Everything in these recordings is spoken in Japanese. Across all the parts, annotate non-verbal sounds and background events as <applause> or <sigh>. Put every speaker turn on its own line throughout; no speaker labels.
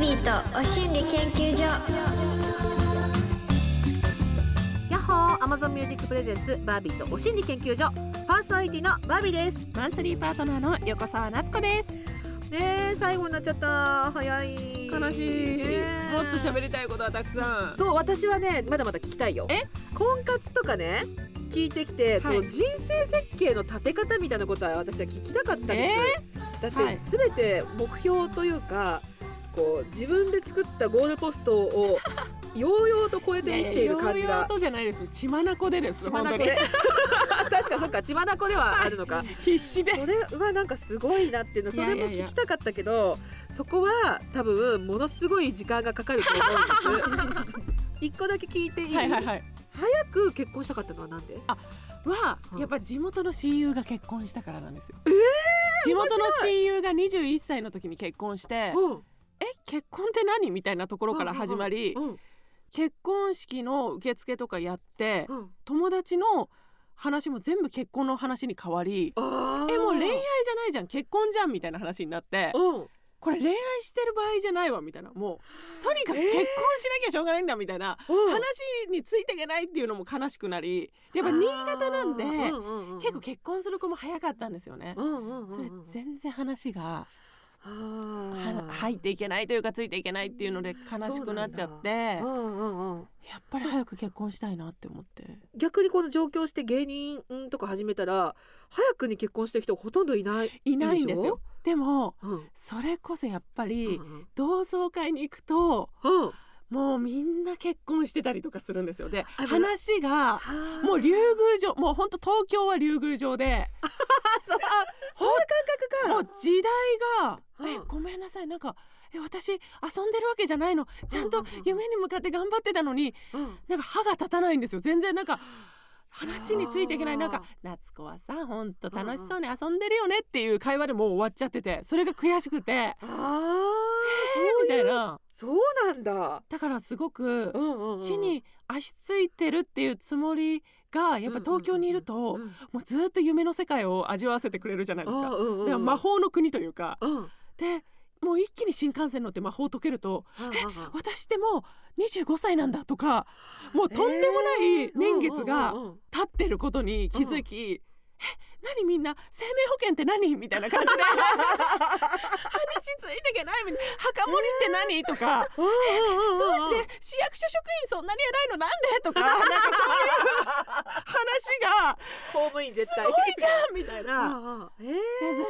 ビーとお心理研究所
ヤッホー Amazon Music Presents バービーとお心理研究所パーソナリティのバービーです
マンスリーパートナーの横澤夏子です
ねえ最後になっちゃった早い
悲しい、
ねえ
もっと喋りたいことはたくさん
そう私はねまだまだ聞きたいよ
え
婚活とかね聞いてきて、
はい
この人生設計の立て方みたいなことは私は聞きたかったで
え
す、だ
は
っ
い
て全て目標というかこう自分で作ったゴールポスト
<laughs>
をようようと超えていっている感じ
ヨーヨ
が
ーとじゃないです血まなこでです
血眼で <laughs> 確かそっか血眼ではあるのか、
本当に必死で
それはなんかすごいなっていうのそれ
いや
も
いやいや
聞きたかったけどそこは多分ものすごい時間がかかると思うんです
<laughs>
一個だけ聞いていい,、
はいはいはい
早く結婚したかったのはなんで
は
うん
やっぱ地元の親友が結婚したからなんですよ、地元の親友が21歳の時に結婚して
うん
え結婚って何みたいなところから始まり
うん
結婚式の受付とかやって
うん
友達の話も全部結婚の話に変わり
あー
えもう恋愛じゃないじゃん結婚じゃんみたいな話になって
うん
これ恋愛してる場合じゃないわみたいなもうとにかく
えー
結婚しなきゃしょうがないんだみたいな、
うん
話についていけないっていうのも悲しくなりでやっぱ新潟なんで、
あーうんうんうん
結構結婚する子も早かったんですよね。
うんうんうんうん
それ全然話が
あ
は
ー
入っていけないというかついていけないっていうので悲しくなっちゃっ
う
てや
んうんうん
っぱり早く結婚したいなって思って
逆にこの上京して芸人とか始めたら早くに結婚してる人ほとんどいない
いないんですよでも
うんうん
それこそやっぱり
うん
同窓会に行くと
うん
もうみんな結婚してたりとかするんですよで
あ
話が
はあ
もう竜宮城もう本当東京は竜宮城で
<laughs> そうあそういう
も
感覚
う
か
時代が「
うん
えごめんなさいなんかえ私遊んでるわけじゃないのちゃん
う
と
んうんうん
夢に向かって頑張ってたのに
うん
なんか歯が立たないんですよ全然なんか話についていけな
あ
い
ー
なんか「夏子はさほんと楽しそうに遊んでるよね」っていう会話でもう終わっちゃっててそれが悔しくて
あー
「え
そう
み
い
たいうな
そうなんだ
だからすご
う
く
んうんうん
地に足ついてるっていうつもりがやっぱ東京にいると
うん
もうずっと夢の世界を味わわせてくれるじゃないです
あー
か。
うんうんう
だ
ん
から魔法の国というか
うんうんうん
でもう一気に新幹線乗って魔法解けると私でも25歳なんだとかもうとんでもない年月が
うんうんうん
経ってることに気づき、え何みんな生命保険って何みたいな感じで話ついていけないみたいな墓守って何とか
うんうん
どうして市役所職員そんなに偉いのなんでとかなんかそういう話が
公務員
す
絶対
ごいじゃんみたいな。
うんうんえ
で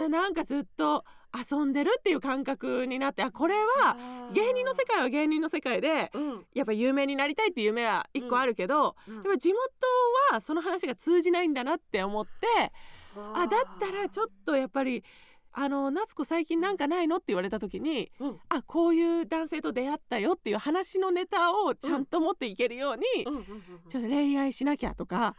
ずなんかずっと遊んでるっていう感覚になってあこれは
ー
芸人の世界は芸人の世界で
うん
やっぱ有名になりたいっていう夢は一個あるけど、
うん
やっぱ地元はその話が通じないんだなって思ってあだったらちょっとやっぱり「あの夏子最近なんかないの?」って言われた時に
うんうん
「あこういう男性と出会ったよ」っていう話のネタをちゃんと持っていけるように、
うんうん
ちょっと恋愛しなきゃとか。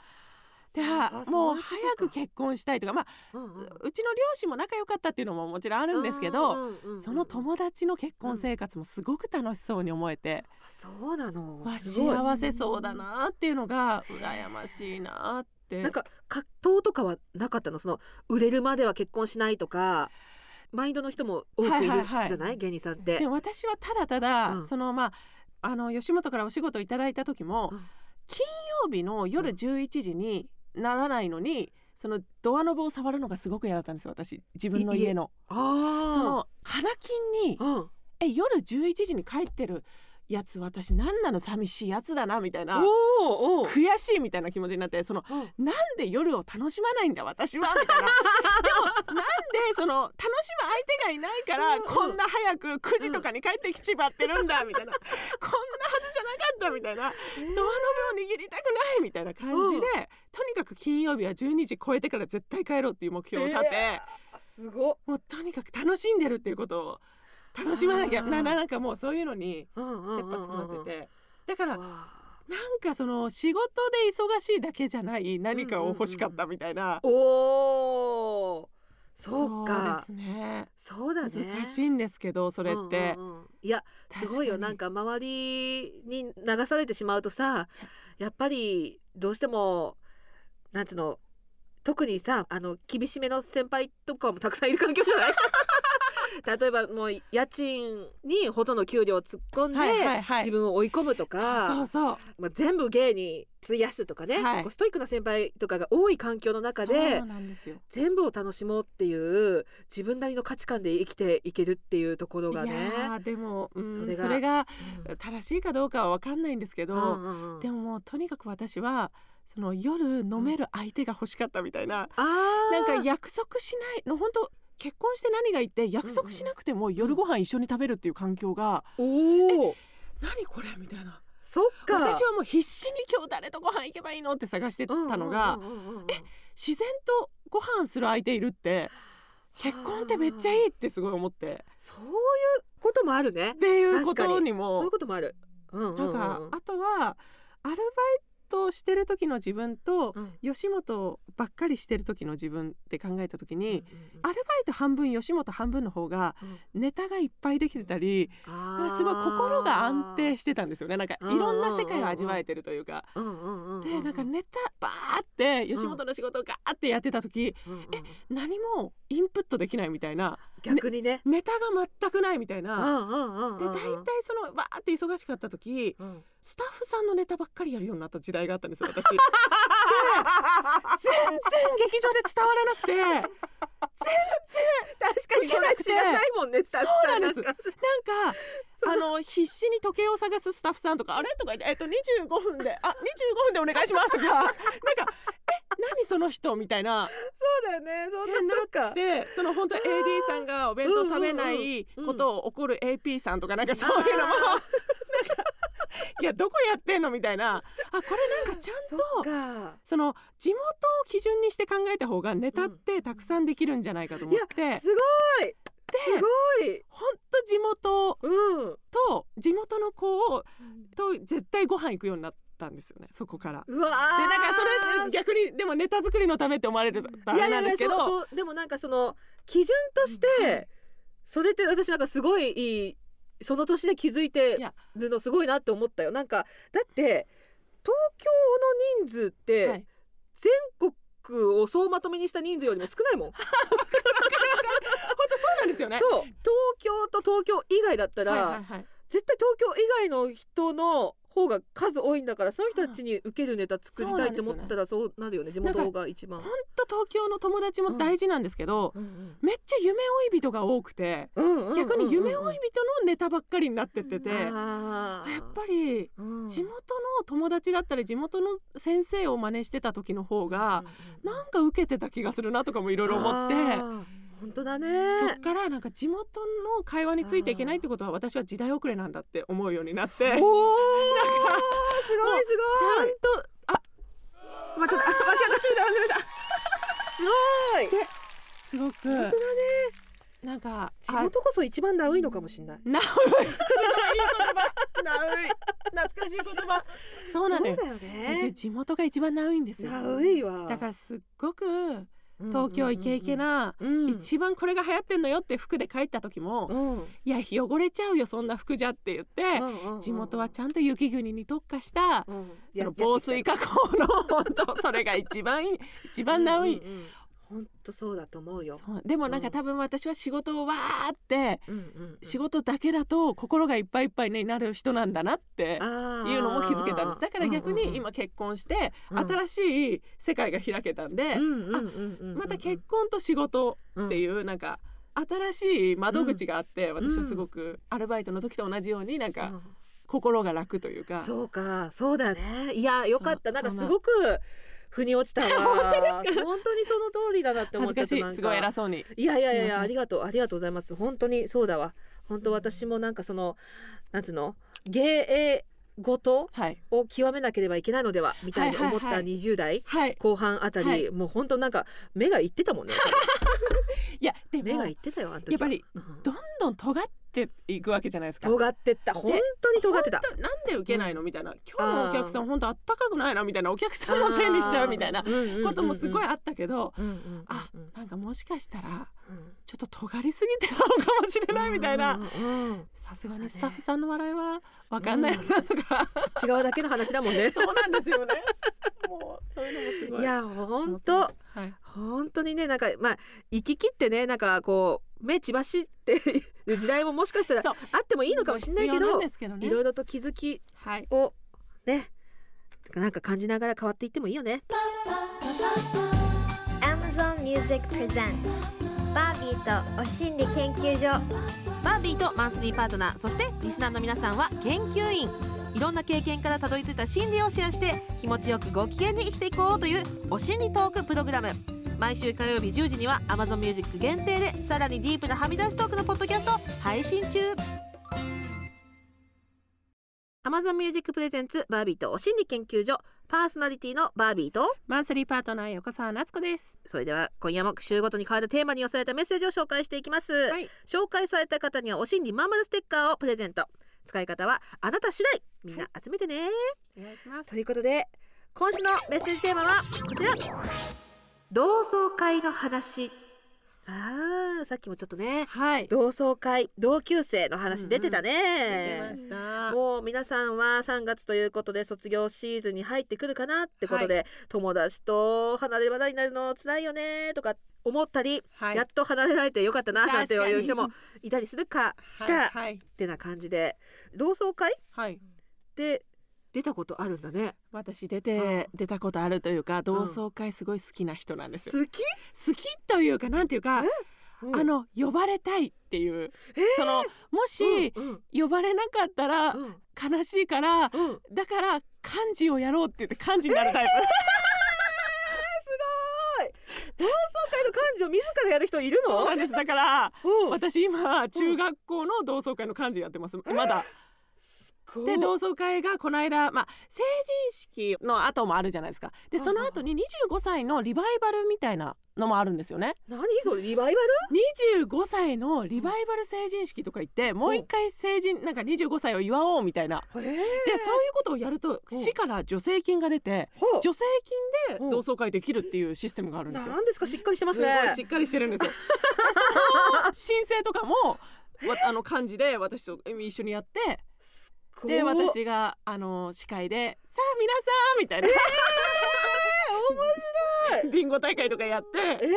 で
あ
は
ー
も
そういうこと
う
か
早く結婚したいとかまあ
うんうん
うちの両親も仲良かったっていうのももちろんあるんですけ
う
ど、
んうんうん
その友達の結婚生活もすごく楽しそうに思えて、
あそうなの
わ
すごい
幸せそうだなっていうのが羨ましいなって
なんか葛藤とかはなかったのその売れるまでは結婚しないとかマインドの人も多くいる
は
じ
い
ゃな,、
はいいはい
芸人さんって。
でも私はただただ、
うん
そのまああの吉本からお仕事いただいた時も、
うん
金曜日の夜
うん
11時にならないのに、そのドアノブを触るのがすごく嫌だったんですよ私自分の家の。
ああ
その花金に
うん、お
え夜11時に帰ってるやつ私何なの寂しいやつだなみたいな
おーおー
悔しいみたいな気持ちになってその
うん
なんで夜を楽しまないんだ私はみた
<laughs>
いなでもなんでその楽しむ相手がいないか
う
ら
んうん
こんな早く9時とかに帰ってきちまってるんだみ
<laughs>
たいなこんなはずじゃなかったみたいな
え
ドアノブを握りたくないみたいな感じでとにかく金曜日は12時超えてから絶対帰ろうっていう目標を立て。
えーすごっ、
もうとにかく楽しんでるっていうことを楽しまなきゃ
あー
なななんかもうそういうのに
うん
切羽詰まっててだからな
わあ
んかその仕事で忙しいだけじゃない何かを欲しかったみたいな、
おーそうか
そうですね
そうだね
難しいんですけどそれって、
うんうんうんいやすごいよ
確かに
なんか周りに流されてしまうとさやっぱりどうしてもなんつうの特にさあの厳しめの先輩とかもたくさんいる環境じゃない
<laughs>
例えばもう家賃にほとんど給料を突っ込んで、
はいはいはい
自分を追い込むとか
そうそう
まあ、全部芸に費やすとかね、
はい
こうストイックな先輩とかが多い環境の中
そ
で
うなんですよ
全部を楽しもうっていう自分なりの価値観で生きていけるっていうところがね
い。やーでも、うん
そ
そ
れ
れ
が
が正しいかどうかは分かんないんですけど、
うんうんうん
でももうとにかく私はその夜飲める相手が欲しかったみたいな、
あー
なんか約束しないの本当結婚して何がいいって約束しなくても夜ご飯一緒に食べるっていう環境が、
おお
何これみたいな
そっか
私はもう必死に今日誰とご飯行けばいいのって探してたのが、
え
自然とご飯する相手いるって結婚ってめっちゃいいってすごい思って
そういうこともあるね
っていうこ
確かに
とに
そういう
も
こともある。うんうんう
な
んんうん
かあとはアルバイトしてる時の自分と
うんうん
吉本ばっかりしてる時の自分って考えた時
うん
にアルバイト半分吉本半分の方が
うん
ネタがいっぱいできてたり
あ
なん
ー
かすごい心が安定してたんですよねなんかいろんな世界を味わえてるというか。
うんうんうんうん
でなんかネタバーって吉本の仕事をガーってやってた時
うんうん
何もインプットできないみたいな
逆にね。
ネタが全くないみたい
うん
な。
うんうんうん
で
う
大
ん
体そのバーって忙しかった時 <laughs>
うん
スタッフさんのネタばっかりやるようになった時代があったんですよ
<laughs>
私全然劇場で伝わらなくてなんか
確かに
いけなくて
知らないもんねスタッフさん
そう
か
あの必死に時計を探すスタッフさんとか「あれ?」とか言って「えっと25分であ25分でお願いします」
<laughs>
とかなんか「え何その人?」みたいな
そうだよねそんなそっか
でその本当 AD さんがお弁当食べないことを怒る AP さんとかなんかそういうのも
あ
いやどこやってんのみたいなあこれなんかちゃん
そ
と
っか
その地元を基準にして考えた方がネタってたくさんできるんじゃないかと思って、
すごいすごい
ほんと地元
うん
と地元の子をと絶対ご飯行くようになったんですよねそこから。
うわ
で
ー
なんかそれ逆にでもネタ作りのためって思われるた
い
め
やい
な
や
ん
い
で
や
すけど
そうそうでもなんかその基準として、それって私なんかすごいいいその年で気づいて
いや
るのすごいなって思ったよなんかだって東京の人数って、
はい
全国を総まとめにした人数よりも少ないもん
本当そうなんですよね。
そう東京と東京以外だったら、
はいはいはい、
絶対東京以外の人の方が数多いんだからその人たちに受けるネタ作りたいと思ったらそうなるよね地元が一番
ほん。と東京の友達も大事なんですけど、
うん
めっちゃ夢追い人が多くて、
うんうんうんうん
逆に夢追い人のネタばっかりになってってて、
あー
やっぱり
うん
地元の友達だったり地元の先生を真似してた時の方が
うん
なんか受けてた気がするなとかもいろいろ思って
あー本当だね
そっからなんか地元の会話についていけないってことは私は時代遅れなんだって思うようになってちゃんと
おおすごいすごい
あ
間違った間違った間違ったすごい
すご
本
く
当だね
なんか
地元こそ一番ナウいのかもしれない
なういなうい懐かしい言葉そうなのよ
そうだよ
結局
ね
地元が一番なういんですよ
ナウいわ
だからすっごく東京イケイケな
うん
一番これが流行ってんのよって服で帰った時も、
うん
いや汚れちゃうよそんな服じゃって言って、地元はちゃんと雪国に特化した、
うん
その防水加工の本当それが一番いい一番な
うん
い、
うんうん本当そうだと思うよ
そうでもなん
う
か
ん
多分私は仕事をわーって、
うんうんうん
仕事だけだと心がいっぱいいっぱいになる人なんだなって
あー
いうのも気づけたんですだから逆
うんうんうん
に今結婚して、
うん
新しい世界が開けたんで、また結婚と仕事っていうなんか新しい窓口があって、私はすごくアルバイトの時と同じようになんか心が楽というか、
そうかそうだねいやよかった
そ
な
うん
か
そ
す
んな
ごく腑に落ちたわ
<laughs>
本当ですか本当にその通りだなって思
恥
っ
ず
ちゃ
か
った
し
なんか
いすごい偉そうに
いやいやいやいや
すいません
ありがとうありがとうございます本当にそうだわ本当私もなんかそのなんつうの芸事
はい
を極めなければいけないのではみたいに思っ
はい
た
はいは
20代
はい
後半あたり、
はい
もう本当なんか目がいってたもんね
いやで
目
も
がい
や
ってたよあの時
っぱ
は
り
うん
どんどん尖っていくわけじゃないですか。
尖ってった本当に尖ってた
本当なんで受けないのみたいな今日のお客さん本当あったかくないなみたいなお客さんのせいにしちゃうみたいなこともすごいあったけど、
うんうんうんうん
あなんかもしかしたら
うん
ちょっと尖りすぎてたのかもしれないみたいな
うんうんうん
さすがにスタッフ
<laughs>
さんの笑いはわかんないよなとか、
違うだけの話だもんね
そうなんですよねもうそういうのもすごい
いや本当
はい
本当にねなんかまあ行き来ってねなんかこう目血ばしっていう時代ももしかしたら
そう
あってもいいのかもしれないけ
必要
ど
んですけどね
いろいろと気づき
はい
をねなんか感じながら変わっていってもいいよね
Amazon Music Presents バービーとお心理研究所
バービーとマンスリーパートナーそしてリスナーの皆さんは研究員いろんな経験からたどり着いた心理をシェアして気持ちよくご機嫌に生きていこうというお心理トークプログラム毎週火曜日10時には Amazon Music 限定でさらにディープなはみ出しトークのポッドキャストを配信中
Amazon Music プレゼンツバービーとお心理研究所パーソナリティのバービーと
マンスリーパートナー横澤夏子です
それでは今夜も週ごとに変わるテーマに寄せられたメッセージを紹介していきます、
い
紹介された方にはお心理まんまるステッカーをプレゼント使い方はあなた次第みんな集めてね、
お願いします
ということで今週のメッセージテーマはこちら同窓会の話あーさっきもちょっとね
はい
同窓会同級生の話出てたね、
出てました
もう皆さんは3月ということで卒業シーズンに入ってくるかなってことで、友達と離れ離れになるの辛いよねとか思ったり、
はい
やっと離れられてよかったななんて
確かに
いう人もいたりするかした、
はい
ってな感じで同窓会っ
はい
て出たことあるんだね。
私出て、出たことあるというか同窓会すごい好きな人なんですよ、
好き、
好きというかなんていうか、
うん
あの呼ばれたいっていう、そのもし、
うんうん
呼ばれなかったら
うん
悲しいか
う
ら、
ん
だから漢字をやろうって言って漢字になるタイプ、
すごい同窓会の幹事を自らやる人いるの
そうなんですだから
うん
私今中学校の同窓会の漢字やってますまだ
すごい
で同窓会がこの間、まあ、成人式の後もあるじゃないですかで
うん
その後に25歳のリバイバルみたいなのもあるんですよね
何それリバイ
25歳のリバイバル成人式とか言ってもう一回成人なんか25歳を祝おうみたいな
バルへー
でそういうことをやると
うん
市から助成金が出て
ほう
助成金
うん
で同窓会できるっていうシステムがあるんですよ
なんですかしっかりしてますね
ごいしっかりしてる
<laughs>
んですよ。でその申請とかもわあの漢字で私と一緒にやって
すっごい
で私があの司会で「さあ皆さん」みたいな、
面白い
<laughs> ビンゴ大会とかやって、
えー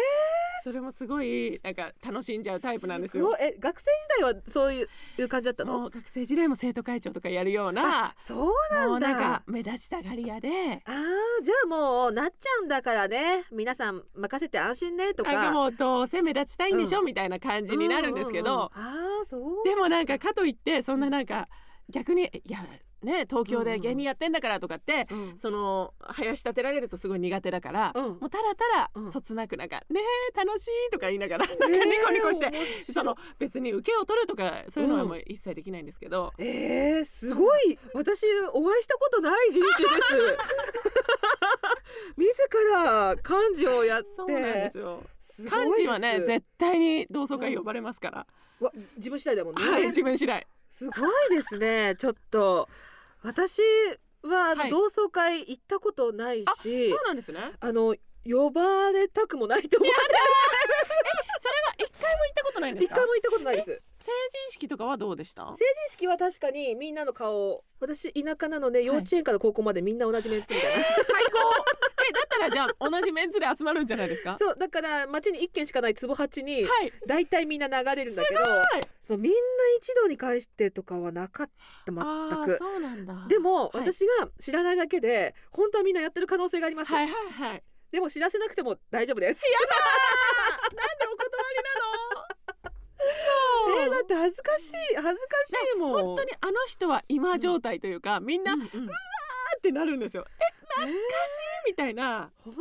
それもすごいなんか楽しんじゃうタイプなんです
ご
よ
い。え学生時代はそういういう感じだったの
もう学生時代も生徒会長とかやるような
そう
も
な
うん
だ
なんか目立ちたがり屋で。
あーじゃあもうなっちゃうんだからね皆さん任せて安心ねとか
なんかもうどうせ目立ちたいんでしょ、みたいな感じになるんですけど、
うんうんうんあーそう
でもなんかかといってそんななんか逆にいやね東京で芸人やってんだからとかって、
うん
その林立てられるとすごい苦手だから、
うん
もうただた
うん
だそつなくなんか「ねえ楽しい」とか言いながらなんかニコニコして、
えー面白い
その別に受けを取るとかそういうのはもう一切できないんですけど、
えー、すごい私お会いしたことない人種です
<laughs>
自ら漢字をやって
そうなんですよ。
すごい
漢
です
字はね絶対に同窓会呼ばれますから、
うわ自分次第だもんね、
はい自分次第
すごいですねちょっと私はあの
はい
同窓会行ったことない
あ
し、
そうなんですねそれは
あの呼ばれたくもないと思っ
一回も行ったことないんで
て
す
一
か
回も行ったことないです
成人式とかはどうでした
成人式は確かにみんなの顔を私田舎なので幼稚園から高校までみんな同じメンツみたいな、
最高 <laughs> えだったらじゃあ同じメンツで集まるんじゃな
<laughs>
いですか
<laughs> そうだから町に一軒しかない壺八に
はい
大体みんな流れるんだけど
い
そうみんな一堂に会してとかはなかった全
あー
く
そうなんだ
でも、
はい
私が知らないだけで本当はみんなやってる可能性があります、
はいはいはい
でも知らせなくても大丈夫です <laughs> えー、だって恥ずかしい恥ずかしいもん
本当にあの人は今状態というか、みんな、あー
うんうん
ってなるんですよえ懐かしいみたいな、っ
本当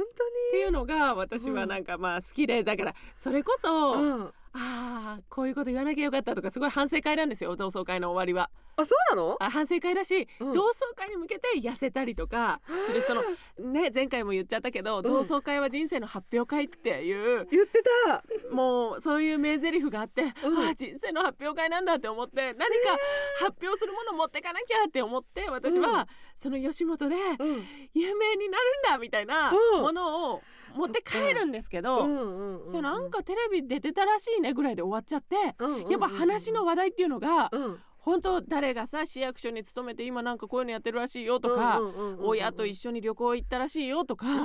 ていうのが私はなんかまあ好きでだからそれこそ、
に、
あ
うん、
あーこういうこと言わなきゃよかったとかすごい反省会なんですよ同窓会の終わりは
あそうなの
あ反省会だし、
うん
同窓会に向けて痩せたりとかするそのね前回も言っちゃったけど、同窓会は人生の発表会っていう
言ってた
もうそういう名台詞があって、
うん
ああ人生の発表会なんだって思って何か発表するもの持ってかなきゃって思って私は、
うん
その吉本で
うん
有名になるんだみたいな
うん
ものを持って帰るんですけ
う
ど、
んうんうん
いやなんかテレビ出てたらしいねぐらいで終わっちゃって、
うんうんうん
やっぱ話の話題っていうのが
うん
本当誰がさ市役所に勤めて今なんかこういうのやってるらしいよとか、親と一緒に旅行行ったらしいよとか、あ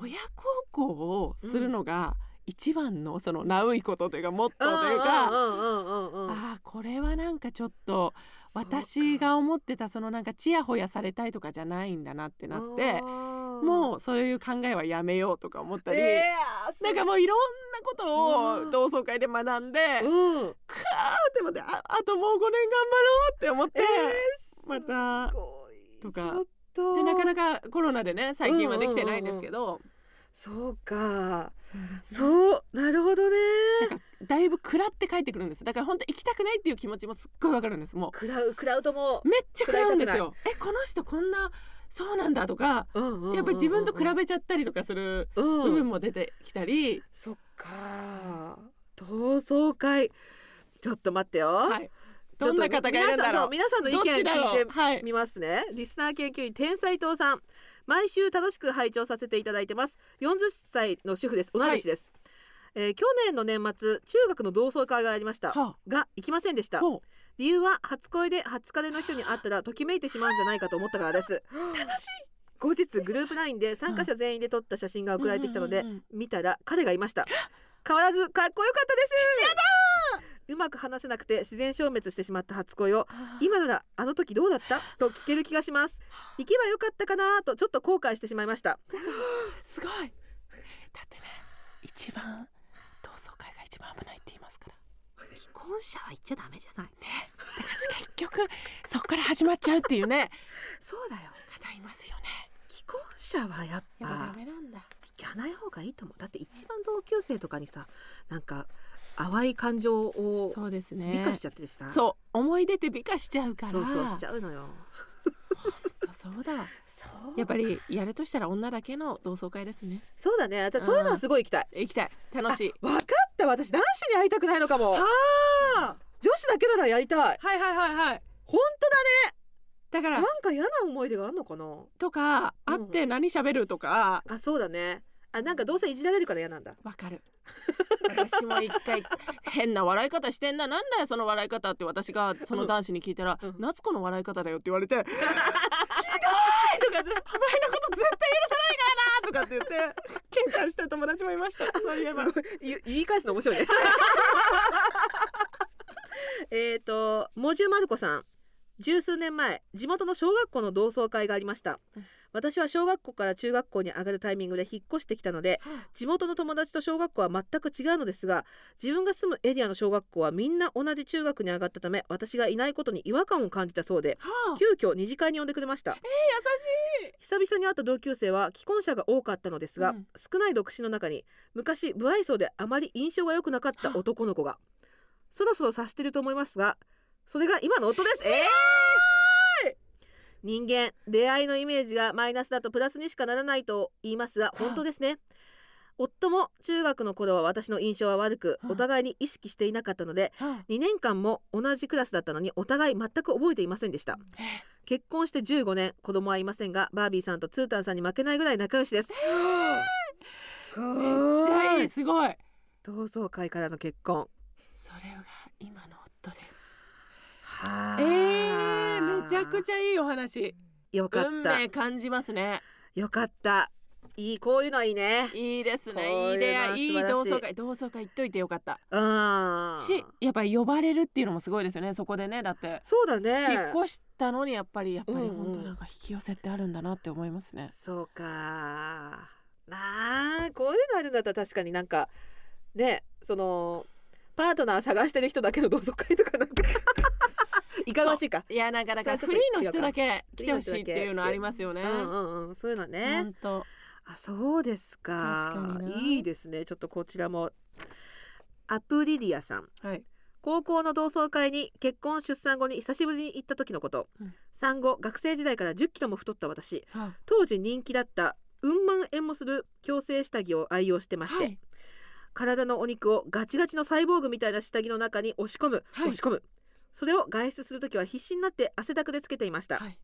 親孝行をするのが一番のそのナウいことというかモットーというか、
か
ああこれはなんかちょっと
そうか
私が思ってたそのなんかちやほやされたいとかじゃないんだなってなってもうそういう考えはやめようとか思ったり、
え
なんかもういろんなことを同窓会で学んで、
え
く
う
わ
ん
ーって待ってああともう5年頑張ろうって思って、また
すごい
とか
ちょっと
でなかなかコロナでね最近はできてないんですけど、
そうか
そうですね
そうなるほどね
だいぶ食らって帰ってくるんですだから本当行きたくないっていう気持ちもすっごいわかるんですも
クラウクラウドも
うめっちゃ食らうんですよえこの人こんなそうなんだとかやっぱり自分と比べちゃったりとかする
べ
部
うん
分も出てきたり、
そっか同窓会ちょっと待ってよ、
はい、どんな方がいるんだろう
皆さんそう皆
どっ
さん
ちだ
の意見聞
ろ、
いう
はい
て、みますねリスナー研究員天才党さん毎週楽しく拝聴させていただいてます40歳の主婦です同い年です、えー去年の年末中学の同窓会がありました
は
が行きませんでした
あ、ほう
理由は初恋で初彼の人に会ったらときめいてしまうんじゃないかと思ったからです
楽しい
後日グループ LINE で参加者全員で撮った写真が送られてきたので、
うんうんうん
見たら彼がいました変わらずかっこよかったですうまく話せなくて自然消滅してしまった初恋を今ならあの時どうだったと聞ける気がします行けばよかったかなとちょっと後悔してしまいました
すごいだってね一番同窓会が一番危ないって言いますから
既婚者は言っちゃダメじゃない
だから結局そこから始まっちゃうっていうね
そうだよ
方いますよね
既婚者はやっ
やっぱダメなんだ
行かない方がいいと思うだって一番同級生とかにさなんか淡い感情を
そうですね
美化しちゃってるしさ、
そう思い出って美化しちゃうから
そうそうしちゃうのよ
うそうだ
そう
やっぱりやるとしたら女だけの同窓会ですね
そうだね私そういうのはすごい行きたい
行きたい楽しい
わかった私男子に会いたくないのかも女子だけならやりたい
はいはいはいはい
本
だ
当
か
だ
ら
なんか嫌な思い出があるのかな
とか
うん
会って何喋るとか
あそうだねあなんかどうせいじられるから嫌なんだ
わかる私も一回変な笑い方してんななんだよその笑い方って私がその男子に聞いたら、
うん
夏子の笑い方だよって言われ <laughs> てひどいとかお前のこと絶対許さないからなとかって言って喧嘩した友達もいましたそういえ
す
ば
ごい言い言い返すの面白い
<laughs>
ねえっとモジュマルコさん十数年前地元の小学校の同窓会がありました
うん
私は小学校から中学校に上がるタイミングで引っ越してきたので地元の友達と小学校は全く違うのですが自分が住むエリアの小学校はみんな同じ中学に上がったため私がいないことに違和感を感じたそうで
はあ
急遽二次会に呼んでくれました
優しい
久々に会った同級生は既婚者が多かったのですが、
うん
少ない独身の中に昔無愛想であまり印象が良くなかった男の子がそろそろ察してると思いますがそれが今の夫ですえー人間出会いのイメージがマイナスだとプラスにしかならないと言いますが本当ですね夫も中学の頃は私の印象は悪く
うん
お互いに意識していなかったので
はあ
2年間も同じクラスだったのにお互い全く覚えていませんでした結婚して15年子供はいませんがバービーさんとツータンさんに負けないぐらい仲良しです、
めっちゃいい
す
すごい
ごい同窓会からの結婚
それが今の夫です
は
えー、めちゃく
ち
ちゃいいお話
ゃよかっ
運
た
命感じますね
よかったいいこういうのはいいね
いいで
こ
す
う
ねい
いう
い
の
出
は
会いいい
素晴らしい
同窓会同窓会行っといてよかった
うん
しやっぱり呼ばれるっていうのもすごいですよねそこでねだって
そうだ
引
ね
っ越したのにやっぱりやっぱり
うんうん
本当なんか引き寄せってあるんだなって思いますね、
そうかなあこういうのあるんだったら確かになんかねそのパートナー探してる人だけの同窓会とかなん
<laughs>
かいかがわしいか
いやなんかだから
そ
フ
れ
リ
は
ー
ちょっと
の
違うか
人だけ来てほしいっていうのありますよね
うんうんうんそういうのね、
本当
あそうですか
確かにない
いですねちょっとこちらもアプリリアさん
はい
高校の同窓会に結婚出産後に久しぶりに行った時のこと、
うん
産後学生時代から1 0キロも太った私当時人気だったうん万円もする矯正下着を愛用してまして、
はい
体のお肉をガチガチのサイボーグみたいな下着の中に押し込む、
はい
押し込むそれを外出する時は必死になって汗だくでつけていました、
はい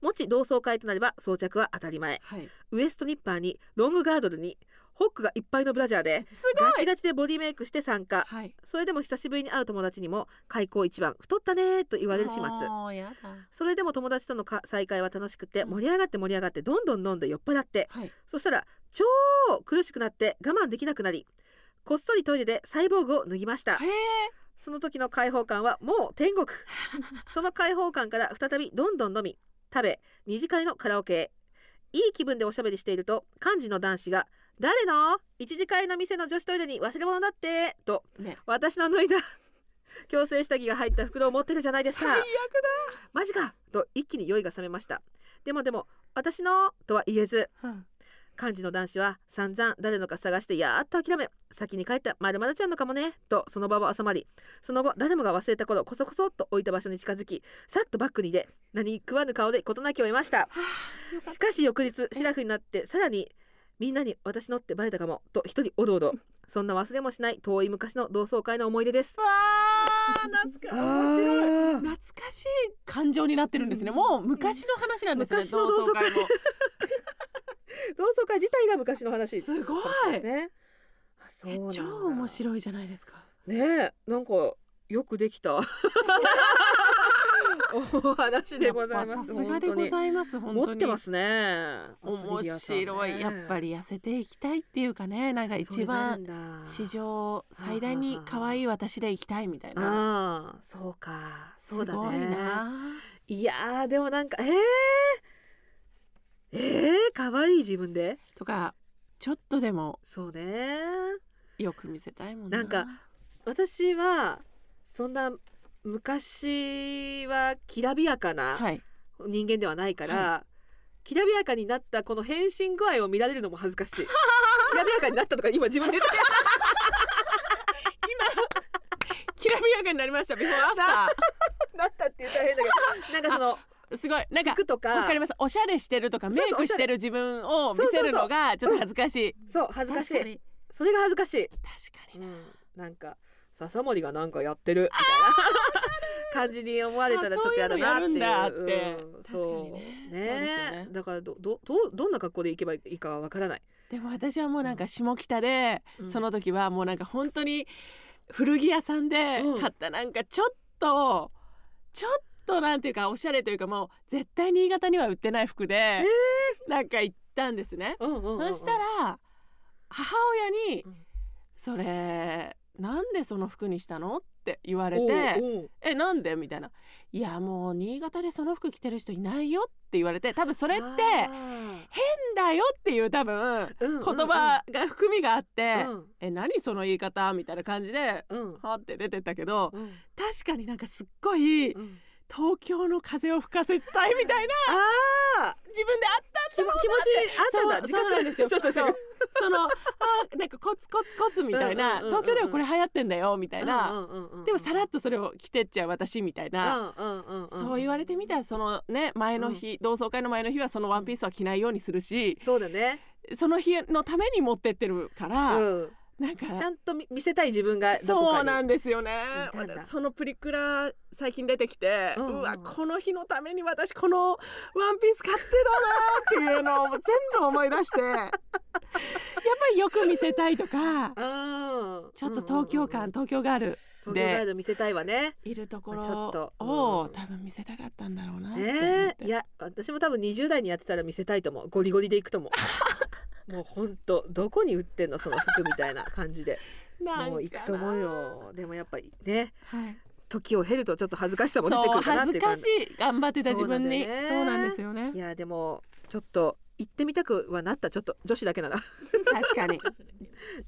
もし同窓会となれば装着は当たり前
はい
ウエストニッパーにロングガードルにホックがいっぱいのブラジャーですガチガチでボディメイクして参加
はい
それでも久しぶりに会う友達にも開口一番太ったねーと言われる始末
あーやだ
それでも友達とのか再会は楽しくて盛り上がって盛り上がってどんどん飲んで酔っ払って
はい
そしたら超苦しくなって我慢できなくなりこっそりトイレでサイボーグを脱ぎました
へえ
その時の解放感はもう天国その解放感から再びどんどん飲み食べ二次会のカラオケへいい気分でおしゃべりしていると幹事の男子が「誰の一次会の店の女子トイレに忘れ物だって」と
ね
私の脱いだ強制下着が入った袋を持ってるじゃないですか
最悪
マジかと一気に酔いが覚めましたでもでも私のとは言えず
だ、うん
幹事の男子は散々誰のか探してやーっと諦め先に帰ったまるまるちゃんのかもねとその場は収まりその後誰もが忘れた頃こそこそっと置いた場所に近づきさっとバックに入れ何食わぬ顔で事なきを得ましたしかし翌日シラフになってさらにみんなに私のってバレたかもと一人おどおどそんな忘れもしない遠い昔の同窓会の思い出です
わあ懐か面白い
白
懐かしい感情になってるんですね。もう昔の話なんですね。
昔の同窓会
同
同窓会自体が昔の
窓
話
会もすごい。
ねあそう
え
なんだ
超面白いじゃないですか。
ねえなんかよくでき
<laughs>
たお話でござい
や
ま
っぱ
す
さすがでございます。本当に
持ってますね
面白い、やっぱ
り
り痩せていきたいっていうかね、なんか一番史上最大に可愛い私でいきたいみたいな。
ああそうかそうだ
すごい
ね
な。
いやーでもなんかえー、えー、可愛い自分で
とかちょっとでも
そうね
よく見せたいもんな。
なんか私はそんな昔はきらびやかな、
はい。
人間ではないから、きらびやかになったこの変身具合を見られるのも恥ず <laughs> かしいきらびやかになったとか今自分で言って
きらびやかになりました。ビフォーアフタ
<laughs> なったって言ったら変だけどなんかその
ー。 <laughs> すごい。なんか
服とか
わかりますおしゃれしてるとか
そう
メ
そう
イクしてる自分を見せるのがちょっと恥ずかしい
そう恥ずかし
確か
い
に
それが恥ずかしい、
確かに
なんか笹森がなんかやってるみ <laughs> たいな感じに思われたらちょっと嫌だなっていう
あそういうのやるんだって
うん
確かに
そう
ねそうですよ
ね
ね
だからどどどうどんな格好で行けばいいかはわからない
でも私はもうなんか下北で、
うん
その時はもうなんか本当に古着屋さんで
うん
買ったなんかちょっと、ちょっとなんていうかおしゃれというかもう絶対新潟には売ってない服で、なんか行ったんですね、
うんうんうんうん
そしたら母親に
うん
「それなんでその服にしたの?」って言われ
おう
て
おう
えなんでみたいな「いやもう新潟でその服着てる人いないよ」って言われて多分それって「変
あ
だよ」っていう多分
ーうん
言葉が含みがあって「
うん
え何その言い方」みたいな感じで
うん
はって出てったけど
うん
確かになんかすっごい
うん
東京の風を吹かせたいみたいな
ああ
自分であった
気も気持ちあったんだ
そうそうなんですよ
ちょっとして
そうそのあーなんかコツコツコツみたいな
うんうんうんうん
東京ではこれ流行ってんだよみたいな、でもさらっ
と
とそれを着てっちゃう私みたいな。そう言われてみたらそのね前の日、同窓会の前の日はそのワンピースは着ないようにするし
そうだね
その日のために持ってってるから、
うん
なんか
ちゃんと見見せたい自分がどこかに
そうなんですよね
いたんだ
そのプリクラ最近出てきて、
う
うん
うん
わこの日のために私このワンピース買ってたなーっていうのを全部思い出して <laughs> やっぱりよく見せたいとか
うん
ちょっと東京感、
うん
東京がある
うんうん東京ガイド見せたいわね
いるとこ
まあちょっ
ろ
と
を、
うん
多分見せたかったんだろうなって思って、
ねえいや私も多分20代にやってたら見せたいと思うゴリゴリでいくと
<laughs>
思うもうほんとどこに売ってんのその服みたいな感じで
<laughs> なんかな
もう行くと思うよでもやっぱりね
はい
時を経るとちょっと恥ずかしさも出てくるかなっていう感じ
そう恥ずかしい頑張ってた自分に
そ
そうう,、
な
なん
だよね
んですよね
いやでもちょっと行ってみたくはなったちょっと女子だけなら
確かに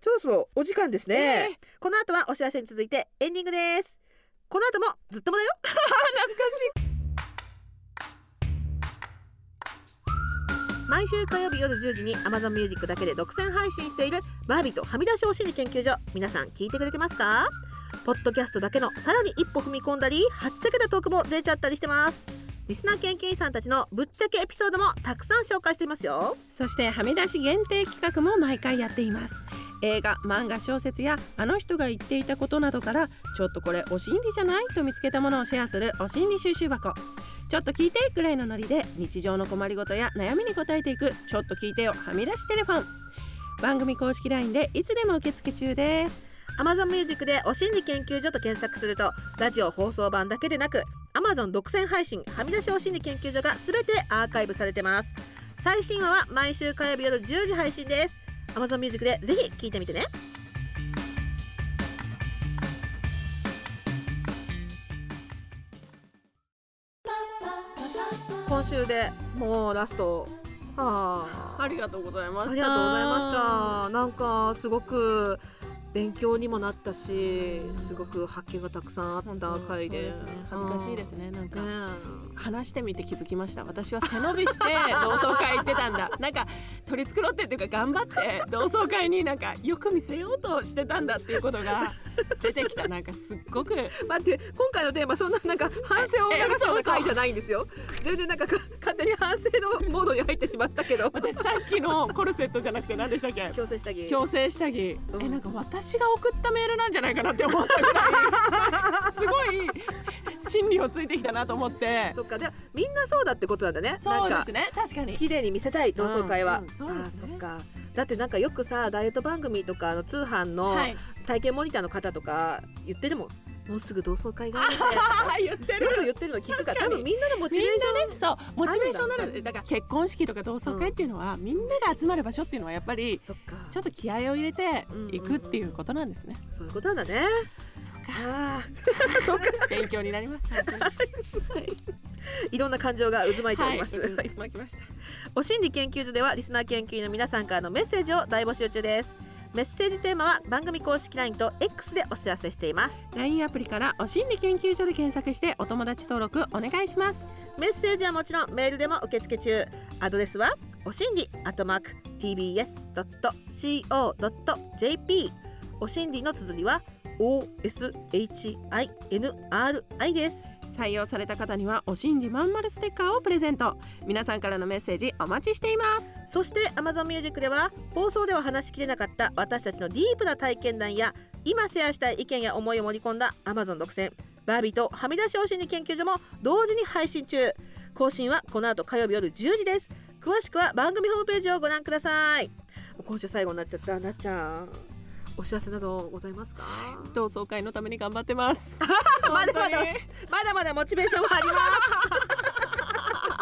そろそろお時間ですね、
え
この後はお知らせに続いてエンディングですこの後もずっとも <laughs> だよ毎週火曜日夜10時に Amazon Music だけで独占配信しているバービーとはみ出しお心理研究所皆さん聞いてくれてますかポッドキャストだけのさらに一歩踏み込んだりはっちゃけたトークも出ちゃったりしてますリスナー研究員さんたちのぶっちゃけエピソードもたくさん紹介していますよ
そしてはみ出し限定企画も毎回やっています映画漫画小説やあの人が言っていたことなどからちょっとこれお心理じゃないと見つけたものをシェアするお心理収集箱ちょっと聞いてくらいのノリで日常の困りごとや悩みに答えていくちょっと聞いてよはみ出しテレフォン
番組公式 LINE でいつでも受付中です
Amazon Music で「お心理研究所」と検索するとラジオ放送版だけでなく Amazon 独占配信「はみ出しお心理研究所」が全てアーカイブされてます最新話は毎週火曜日夜10時配信です Amazon Music でぜひ聴いてみてね今週でもうラストあ
ありがとうございました
ありがとうございました。なんかすごく勉強にもなったし、すごく発見がたくさんあっ
本
た
当
回で。
そうすね恥ずかしいですねなん
う
か、
ん。ね
話してみて気づきました私は背伸びして同窓会行ってたん <laughs> だなんか取り繕ってっていうか頑張って同窓会になんかよく見せようとしてたんだっていうことが <laughs> 出てきたなんかすっごく
え待って今回のテーマそんななんか反省を促すような回じゃないんですよ全然なんかか勝手に反省のモードに入ってしまったけど
<laughs> 私さっきのコルセットじゃなくて何でしたっけ
強制下着
強制下着、
うん
えなんか私が送ったメールなんじゃないかなって思ったぐら <laughs> いすごい心理をついてきたなと思って
そっかでみんなそうだってことなんだね
そう
な
で
んか
すね確かに
綺麗に見せたい同窓会は、
うんうんそうですね
あーそっかだってなんかよくさダイエット番組とかあの通販の、
はい
体験モニターの方とか言ってでももうすぐ同窓会がある
<laughs> あー言って
ので
る
よく言ってるの聞くから多
確かに
分みんなのモチ
み
ベ
ん
ーシ
なねそうモチベーションにな
ある
る
んだ
だから結婚式とか同窓会っていうのは、みんなが集まる場所っていうのはやっぱり
ョン、そっか
ちょっと気合を入れていくっていうことなんですね、
そういうことなんだね
そうか
あーそうか
勉強にな
<laughs>
ります本当に
いろんな感情が渦巻いております、
はい渦
はい巻きましたお心理研究所ではリスナー研究員の皆さんからのメッセージを大募集中ですメッセージテーマは番組公式 LINE と X でお知らせしています
LINE アプリから「お心理研究所」で検索してお友達登録お願いします
メッセージはもちろんメールでも受付中アドレスはおしんりアットマーク tbs.co.jp おしんりの綴りは oshinri です
採用された方には「お心理まんまるステッカー」をプレゼント皆さんからのメッセージお待ちしています
そして Amazon Music では放送では話しきれなかった私たちのディープな体験談や今シェアしたい意見や思いを盛り込んだ Amazon 独占バービーとはみ出しおしんり研究所も同時に配信中更新はこの後火曜日夜10時です詳しくは番組ホームページをご覧ください今週最後になっちゃったなっちゃんお知らせなどございますか
同窓会のために頑張ってます
<laughs>
まだま
本
だ
当に
まだまだモチベーション <laughs> はありま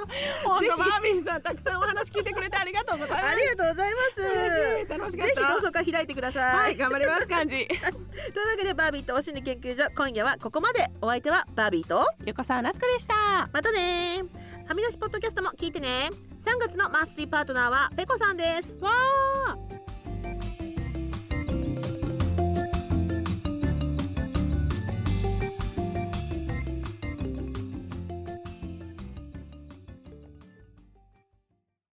す
<laughs> 本当バービーさんたくさんお話聞いてくれてありがとうございます
ありがとうございます
嬉しい楽しかった
ぜひ同窓会開いてくださ
はい頑張
<laughs>
ります感 <laughs> じ
というわけでバービーとお心理研究所今夜はここまでお相手はバービーと
横澤夏子でした
またねはみ出しポッドキャストも聞いてね3月のマンスリーパートナーはペコさんです
わ